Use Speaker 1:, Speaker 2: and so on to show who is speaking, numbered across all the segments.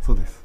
Speaker 1: そうです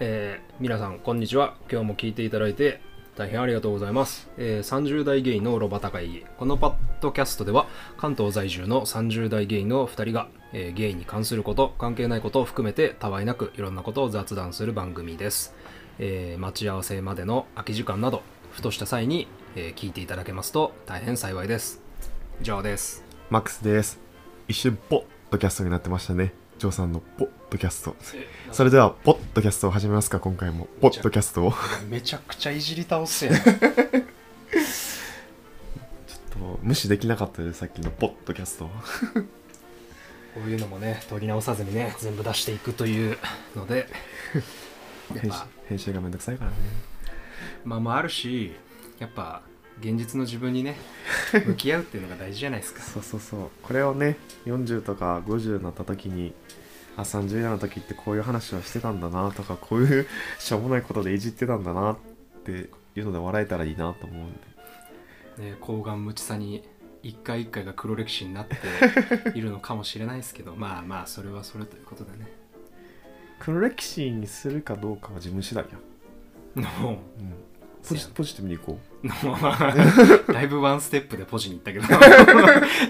Speaker 2: えー皆さんこんにちは今日も聞いていただいて大変ありがとうございます、えー30代ゲイのロバタカイこのパッドキャストでは関東在住の30代ゲイの2人が、えーゲイに関すること関係ないことを含めてたわいなくいろんなことを雑談する番組です、えー待ち合わせまでの空き時間などふとした際に、えー聞いていただけますと大変幸いです以上です
Speaker 1: マックスです一瞬ポッドキャストになってましたねジョーさんのポッドキャストそれではポッドキャストを始めますか今回もポッドキャストをちょ
Speaker 2: めちゃくちゃいじり倒すやん
Speaker 1: っと無視できなかったですさっきのポッドキャストを
Speaker 2: こういうのもね、取り直さずにね、全部出していくというので、やっ
Speaker 1: 編集
Speaker 2: ぱ、
Speaker 1: 編集がめんどくさいからね
Speaker 2: まあまああるし、やっぱ、現実の自分 にね、向き合うっていうのが大事じゃないですか。
Speaker 1: そうそうそうこれをね40とか50になった時にあ30代の時ってこういう話をしてたんだなとかこう いうしょうもないことでいじってたんだなっていうので笑えたらいいなと思うんで
Speaker 2: ね、抗顔無知さに、一回一回が黒歴史になっているのかもしれないです けど、まあまあ、それはそれということでね。
Speaker 1: 黒歴史にするかどうかは自分次第や、
Speaker 2: も
Speaker 1: うん、ポジポジティブにいこう
Speaker 2: う、も う、だいぶワンステップでポジに行ったけ ど、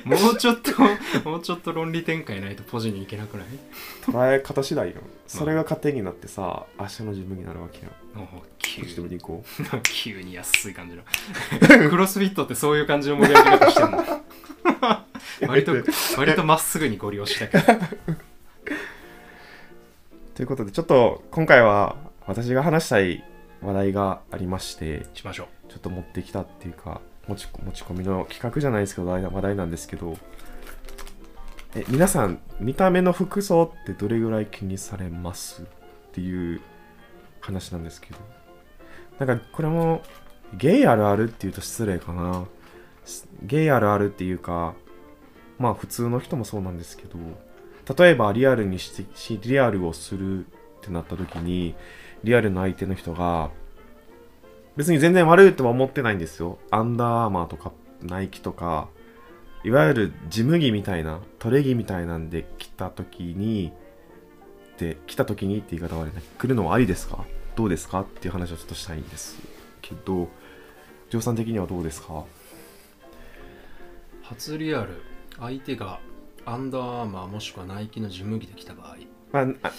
Speaker 2: もうちょっと、もうちょっと論理展開ないとポジに行けなくない
Speaker 1: 捉え方次第よそれが糧になってさ明日の自分になるわけや
Speaker 2: もう急
Speaker 1: ポジティブにいこう
Speaker 2: 急に安い感じの クロスフィットってそういう感じの盛り上げ方してんの 割と割とまっすぐにご利用したけど
Speaker 1: ということでちょっと今回は私が話したい話題がありまして
Speaker 2: しましょ
Speaker 1: ちょっと持ってきたっていうか持ち持ち込みの企画じゃないですけど話題話題なんですけどえ皆さん見た目の服装ってどれぐらい気にされますっていう話なんですけどなんかこれもゲイあるあるっていうと失礼かなすゲイあるあるっていうかまあ普通の人もそうなんですけど例えばリアルにしてしリアルをするってなった時にリアルの相手の人が別に全然悪いとは思ってないんですよアンダーアーマーとかナイキとかいわゆるジム着みたいなトレ着みたいなんで来た時にで来た時にって言い方はあれだ来るのはありですかどうですかっていう話をちょっとしたいんですけどジョーさん的にはどうですか
Speaker 2: う初リアル相手がアンダーアーマーもしくはナイキのジム着で来た場合
Speaker 1: まああ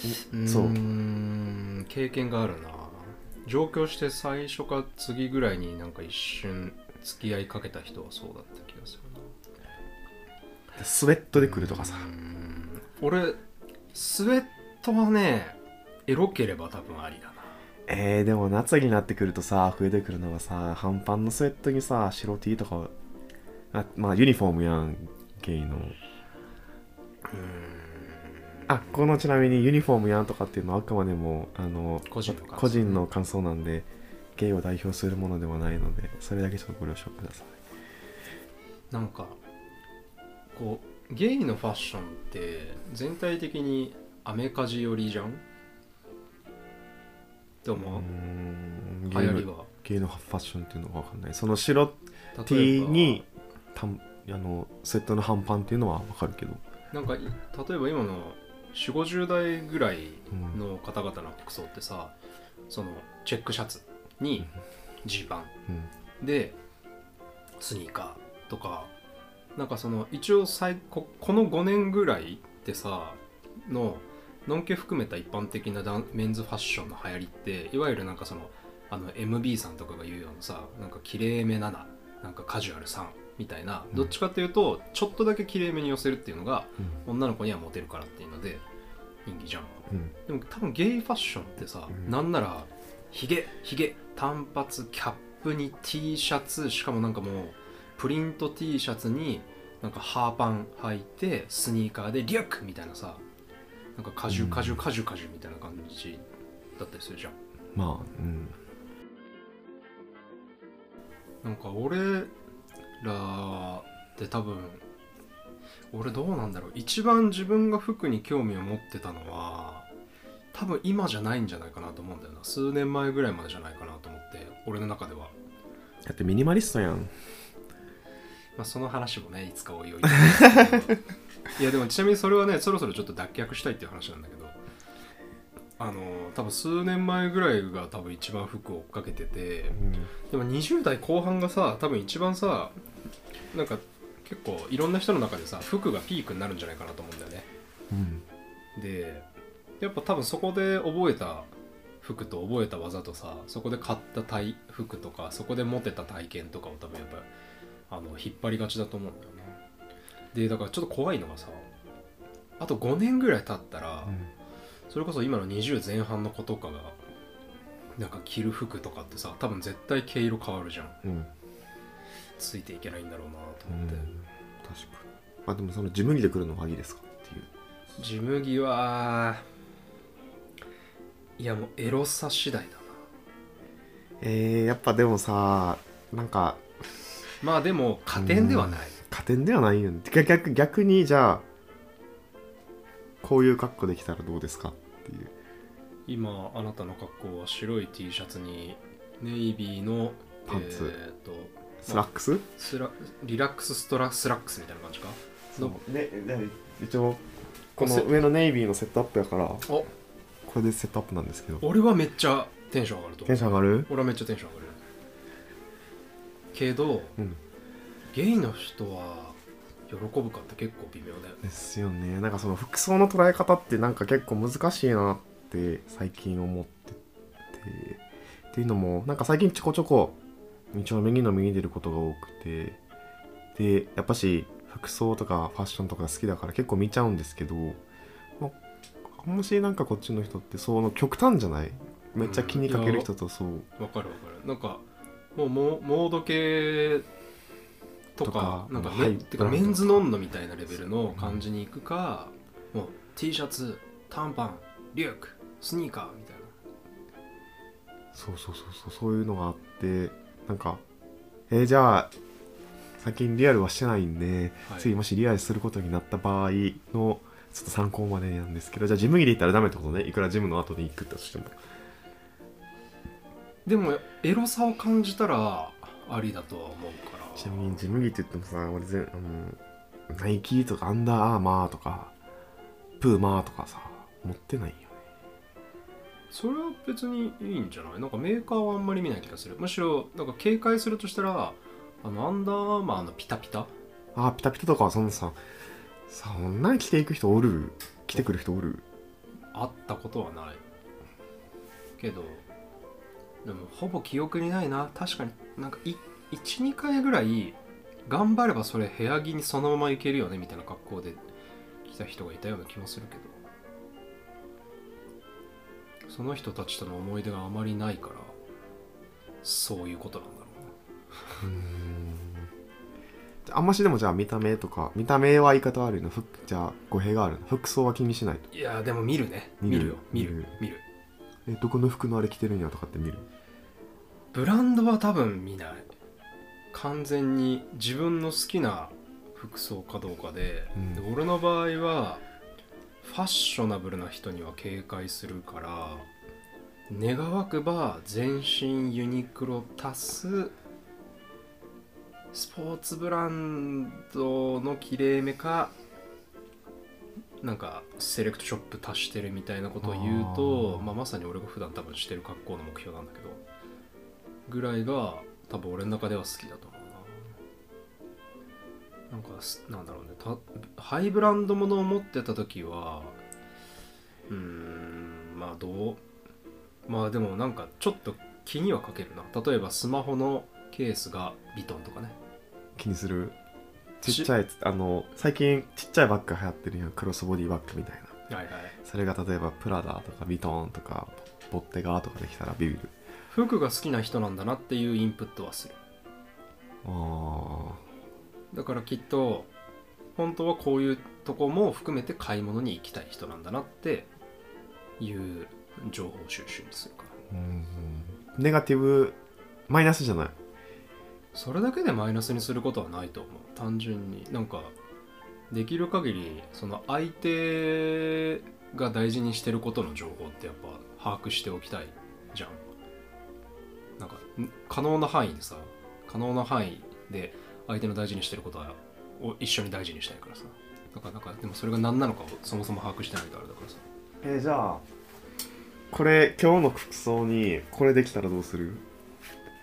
Speaker 1: そう
Speaker 2: ーん経験があるな上京して最初か次ぐらいになんか一瞬付き合いかけた人はそうだった気がするな
Speaker 1: スウェットで来るとかさ
Speaker 2: うん俺スウェットはねエロければ多分ありだな
Speaker 1: えー、でも夏になってくるとさ増えてくるのがさ半パンのスウェットにさ白 T とかあまあユニフォームやんゲイのあこのちなみにユニフォームやんとかっていうのはあくまでもあの
Speaker 2: 個人の感想
Speaker 1: 個人の感想なんでゲイを代表するものではないのでそれだけちょっとご了承ください
Speaker 2: なんかこうゲイのファッションって全体的にアメカジ寄りじゃんどう
Speaker 1: うー
Speaker 2: も、
Speaker 1: んゲ
Speaker 2: 流
Speaker 1: イ
Speaker 2: 行り
Speaker 1: の
Speaker 2: は
Speaker 1: ゲイのファッションっていうのがわかんないその白
Speaker 2: 例えば
Speaker 1: T にたんあのスウェットの半パンっていうのはわかるけど
Speaker 2: なんかい例えば今の4 5 0代ぐらいの方々の服装ってさそのチェックシャツにジーパン
Speaker 1: うん
Speaker 2: でスニーカーとかなんかその一応最ここの5年ぐらいってさののんけ含めた一般的なダンメンズファッションの流行りっていわゆるなんかそのあの MB さんとかが言うようなさなんかきれいめ7なんかカジュアル3みたいな
Speaker 1: うん
Speaker 2: どっちかっていうとちょっとだけきれいめに寄せるっていうのが
Speaker 1: うん
Speaker 2: 女の子にはモテるからっていうので人気じゃん
Speaker 1: うん
Speaker 2: でも多分ゲイファッションってさ、
Speaker 1: うん
Speaker 2: なんならヒゲヒゲ短髪キャップに T シャツしかもなんかもうプリント T シャツになんかハーパン履いてスニーカーでリュックみたいなさなんかカジュカジュカジュカジュみたいな感じだったりするじゃん
Speaker 1: まあうん
Speaker 2: なんか俺らって多分俺どうなんだろう一番自分が服に興味を持ってたのは多分今じゃないんじゃないかなと思うんだよな数年前ぐらいまでじゃないかなと思って俺の中では、
Speaker 1: だってミニマリストやん
Speaker 2: まあ、その話もねいつかおいおいいやでもちなみにそれはねそろそろちょっと脱却したいっていう話なんだけどあの多分数年前ぐらいが多分一番服を追っかけてて
Speaker 1: うん
Speaker 2: でも20代後半がさ多分一番さなんか結構いろんな人の中でさ服がピークになるんじゃないかなと思うんだよね
Speaker 1: うん
Speaker 2: でやっぱ多分そこで覚えた服と覚えた技とさそこで買った体服とかそこで持てた体験とかを多分やっぱあの引っ張りがちだと思うんだよねでだからちょっと怖いのがさあと5年ぐらい経ったら、それこそ今の20前半の子とかがなんか着る服とかってさ多分絶対毛色変わるじゃん
Speaker 1: うん
Speaker 2: ついていけないんだろうなと思って、
Speaker 1: 確かにまあでもその事務着で来るのがいいですかっていう
Speaker 2: ジムギはいやもうエロさ次第だな
Speaker 1: えー、やっぱでもさなんか
Speaker 2: まあでも加点ではない、
Speaker 1: 加点ではないよねてか逆逆にじゃあこういう格好できたらどうですかっていう
Speaker 2: 今あなたの格好は白い T シャツにネイビーの
Speaker 1: パンツ
Speaker 2: えーっと
Speaker 1: スラックス
Speaker 2: スラリラックスストラスラックスみたいな感じかそう
Speaker 1: ねね一応こ
Speaker 2: せ
Speaker 1: の上のネイビーのセットアップやからこ
Speaker 2: お
Speaker 1: れでセットアップなんですけど
Speaker 2: 俺はめっちゃテンション上がると思
Speaker 1: テン
Speaker 2: う
Speaker 1: ション上がる
Speaker 2: 俺はめっちゃテンション上がるけど
Speaker 1: うん
Speaker 2: ゲイの人は喜ぶかって結構微妙だよね
Speaker 1: ですよねなんかその服装の捉え方ってなんか結構難しいなって最近思っててっていうのもなんか最近ちょこちょこ道の右の右に出ることが多くてでやっぱし服装とかファッションとか好きだから結構見ちゃうんですけど、まあ、もしなんかこっちの人ってその極端じゃないめっちゃ気にかける人とそう
Speaker 2: わかるわかるなんかもうモモード系とか
Speaker 1: とか
Speaker 2: なんか,、
Speaker 1: あのハイ
Speaker 2: て
Speaker 1: ブ
Speaker 2: か
Speaker 1: ラン
Speaker 2: メ
Speaker 1: ドとか
Speaker 2: ンズノンノみたいなレベルの感じに行くか、もう T シャツ短パンリュックスニーカーみたいな
Speaker 1: そうそうそうそうそういうのがあってなんかえーじゃあ最近リアルはしてないんで、
Speaker 2: はい
Speaker 1: 次もしリアルすることになった場合のちょっと参考までなんですけどじゃあジムに行ったらダメってことねいくらジムの後に行くってとしても
Speaker 2: でもエロさを感じたらありだとは思うから
Speaker 1: ちなみにジム着って言ってもさ俺全あのナイキとかアンダーアーマーとかプーマーとかさ持ってないよね
Speaker 2: それは別にいいんじゃないなんかメーカーはあんまり見ない気がするむしろなんか警戒するとしたらあのアンダーアーマーのピタピタ
Speaker 1: あーピタピタとかはそんなささそんなん着ていく人おる着てくる人おる
Speaker 2: あったことはないけどでもほぼ記憶にないな確かになんか12回ぐらい頑張ればそれ部屋着にそのままいけるよねみたいな格好で来た人がいたような気もするけどその人たちとの思い出があまりないからそういうことなんだろうな
Speaker 1: あんましでもじゃあ見た目とか見た目は言い方悪いの服じゃあ語弊があるの服装は気にしないと
Speaker 2: いやーでも見るね見
Speaker 1: 見
Speaker 2: る
Speaker 1: る
Speaker 2: よ見る見
Speaker 1: 見る
Speaker 2: る
Speaker 1: えどこの服のあれ着てるんやとかって見る
Speaker 2: ブランドは多分見ない完全に自分の好きな服装かどうかで,、
Speaker 1: うん
Speaker 2: で俺の場合はファッショナブルな人には警戒するから願わくば全身ユニクロ足すスポーツブランドのきれいめかなんかセレクトショップ足してるみたいなことを言うと
Speaker 1: あー
Speaker 2: まあ、まさに俺が普段多分してる格好の目標なんだけどぐらいが多分俺の中では好きだと思うななんかすなんだろうねたハイブランドものを持ってた時はうーんまあどうまあでもなんかちょっと気にはかけるな例えばスマホのケースがビトンとかね
Speaker 1: 気にするちっちゃいあの最近ちっちゃいバッグ流行ってるやんクロスボディバッグみたいな
Speaker 2: はいはい
Speaker 1: それが例えばプラダとかビトンとかボッテガーとかできたらビビる
Speaker 2: 服が好きな人なんだなっていうインプットはする
Speaker 1: あ
Speaker 2: だからきっと本当はこういうとこも含めて買い物に行きたい人なんだなっていう情報収集にするから
Speaker 1: ーうんネガティブマイナスじゃない
Speaker 2: それだけでマイナスにすることはないと思う単純になんかできる限りその相手が大事にしてることの情報ってやっぱ把握しておきたいじゃんなんかん可能な範囲でさ可能な範囲で相手の大事にしてることはを一緒に大事にしたいからさだからなんかでもそれが何なのかをそもそも把握してないとあれだからさ
Speaker 1: えじゃあこれ今日の服装にこれできたらどうする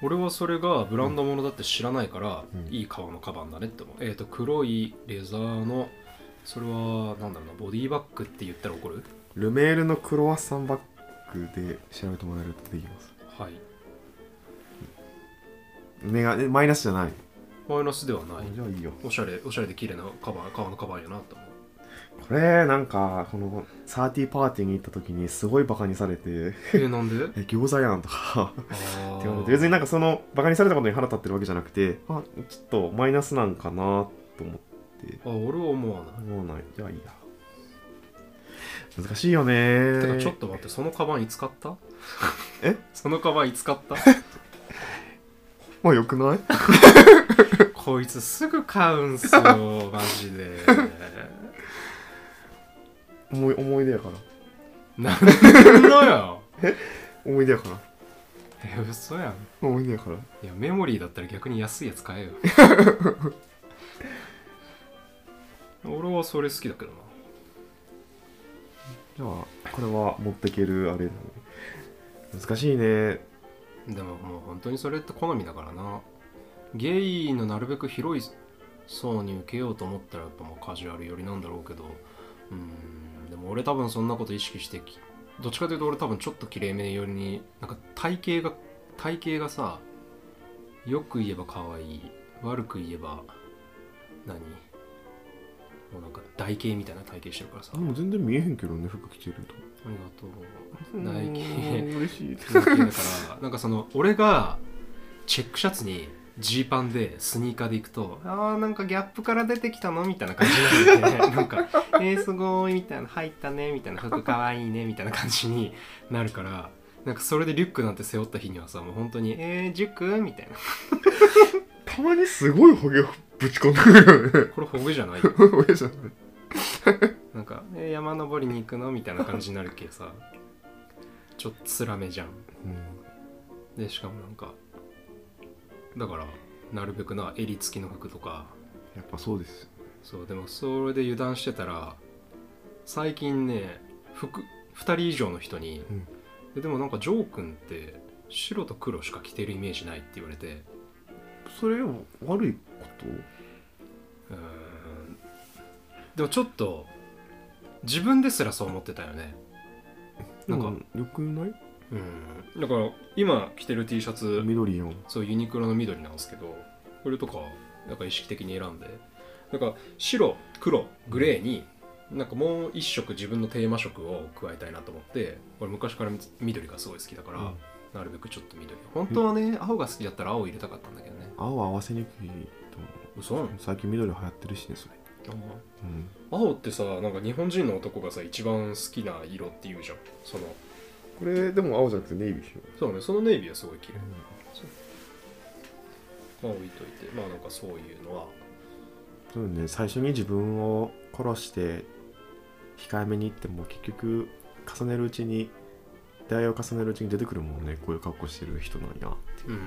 Speaker 2: 俺はそれがブランドものだって知らないから、
Speaker 1: うん
Speaker 2: いい革のカバンだねって思うえっ、と黒いレザーのそれはなんだろうなボディバッグって言ったら怒る
Speaker 1: ルメールのクロワッサンバッグで調べてもらえるとできます
Speaker 2: はい
Speaker 1: メガえマイナスじゃない、
Speaker 2: マイナスではない
Speaker 1: じゃあいいよ
Speaker 2: おしゃれおしゃれで綺麗なカバン革のカバンやなと思う
Speaker 1: これなんかこのサーティーパーティーに行った時にすごいバカにされて
Speaker 2: えーなん で
Speaker 1: え餃子やんとか
Speaker 2: あー
Speaker 1: って言われて別になんかそのバカにされたことに腹立ってるわけじゃなくてあちょっとマイナスなんかなと思って
Speaker 2: あ俺は思わない
Speaker 1: 思わないじゃあいいや難しいよね
Speaker 2: てかちょっと待ってそのカバンいつ買った
Speaker 1: え
Speaker 2: そのカバンいつ買った
Speaker 1: まあよくない
Speaker 2: こいつすぐ買うんすよマジ で
Speaker 1: 思い思い出やから
Speaker 2: なんでだよ
Speaker 1: 思い出やから
Speaker 2: え嘘やん
Speaker 1: 思い出やから
Speaker 2: いやメモリーだったら逆に安いやつ買えよ俺はそれ好きだけどな
Speaker 1: じゃあこれは持ってけるあれだね難しいね
Speaker 2: でももう本当にそれって好みだからなゲイのなるべく広い層に受けようと思ったらやっぱもうカジュアル寄りなんだろうけどうーんでも俺多分そんなこと意識してきどっちかというと俺多分ちょっときれいめ寄りになんか体型が体型がさよく言えば可愛い悪く言えば何もうなんか台形みたいな体型してるからさ、あ
Speaker 1: もう全然見えへんけどね服着てると
Speaker 2: りがとうナイキ
Speaker 1: うん嬉しい
Speaker 2: だからなんかその俺がチェックシャツにジーパンでスニーカーで行くとあーなんかギャップから出てきたのみたいな感じになるん でなんかえー、すごいみたいな入ったねみたいな服かわいいねみたいな感じになるからなんかそれでリュックなんて背負った日にはさもう本当にえー、塾みたいな
Speaker 1: たまにすごいホゲをぶち込んでくるよね
Speaker 2: これほぐじゃない
Speaker 1: 俺じゃない
Speaker 2: なんか、えー山登りに行くのみたいな感じになるけさちょっとつらめじゃんでしかもなんかだからなるべくな襟付きの服とか
Speaker 1: やっぱそうです
Speaker 2: そうでもそれで油断してたら最近ね服2人以上の人に、
Speaker 1: うん
Speaker 2: えでもなんかジョー君って白と黒しか着てるイメージないって言われて
Speaker 1: それは悪いこと
Speaker 2: うーんでもちょっと自分ですらそう思ってたよねなんか
Speaker 1: うんよくない
Speaker 2: うんだから今着てる T シャツ
Speaker 1: 緑よ
Speaker 2: そうユニクロの緑なんですけどこれとかなんか意識的に選んでなんか白黒グレーになんかもう一色自分のテーマ色を加えたいなと思って俺昔からみ緑がすごい好きだから、
Speaker 1: うん
Speaker 2: なるべくちょっと緑本当はね青が好きだったら青入れたかったんだけどね
Speaker 1: 青は合わせにくいと
Speaker 2: 嘘なの
Speaker 1: 思う最近緑流行ってるしねそれうん
Speaker 2: 青ってさなんか日本人の男がさ一番好きな色っていうじゃんその
Speaker 1: これでも青じゃなくてネイビーでしょ
Speaker 2: そうねそのネイビーはすごい綺麗まあ置いといてまあなんかそういうのは
Speaker 1: そうね最初に自分を殺して控えめにいっても結局重ねるうちに出会いを重ねるうちに出てくるもんねこういう格好してる人なんや
Speaker 2: うん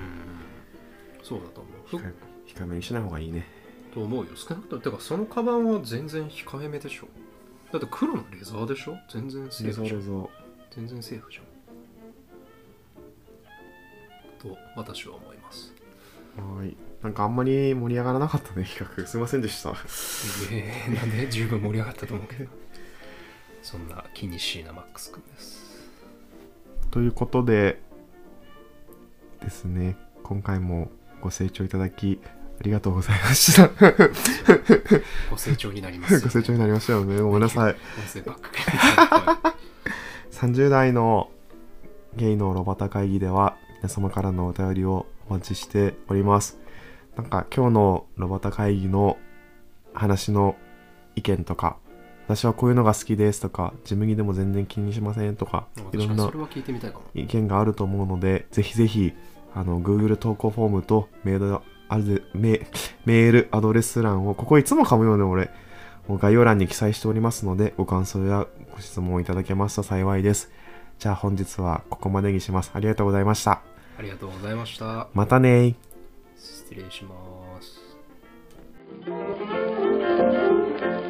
Speaker 2: そうだと思う
Speaker 1: 控え控えめにしない方がいいね
Speaker 2: と思うよ少なくともてかそのカバンは全然控えめでしょだって黒のレザーでしょ全然セー
Speaker 1: レゾ
Speaker 2: フじゃ
Speaker 1: レ
Speaker 2: ん
Speaker 1: ゾ
Speaker 2: 全然セーフじゃんと私は思います
Speaker 1: はーいなんかあんまり盛り上がらなかったね企画すいませんでした
Speaker 2: えー、なん で十分盛り上がったと思うけどそんな気にしいなマックスくんです
Speaker 1: ということでですね今回もご清聴いただきありがとうございました
Speaker 2: ご成長になります、
Speaker 1: ご清聴になりましたよねごめんなさい
Speaker 2: 音声バックが
Speaker 1: 30代のゲイのロバタ会議では皆様からのお便りをお待ちしておりますなんか今日のロバタ会議の話の意見とか私はこういうのが好きですとか自分にでも全然気にしませんとかいろ
Speaker 2: 確か
Speaker 1: ん
Speaker 2: に
Speaker 1: な
Speaker 2: それ は聞いてみたいかも
Speaker 1: 意見があると思うのでぜひぜひあの Google 投稿フォームとメールアドメメールアドレス欄をここいつも噛むよね俺もう概要欄に記載しておりますのでご感想やご質問いただけますと幸いですじゃあ本日はここまでにしますありがとうございました
Speaker 2: ありがとうございました
Speaker 1: またねー
Speaker 2: 失礼します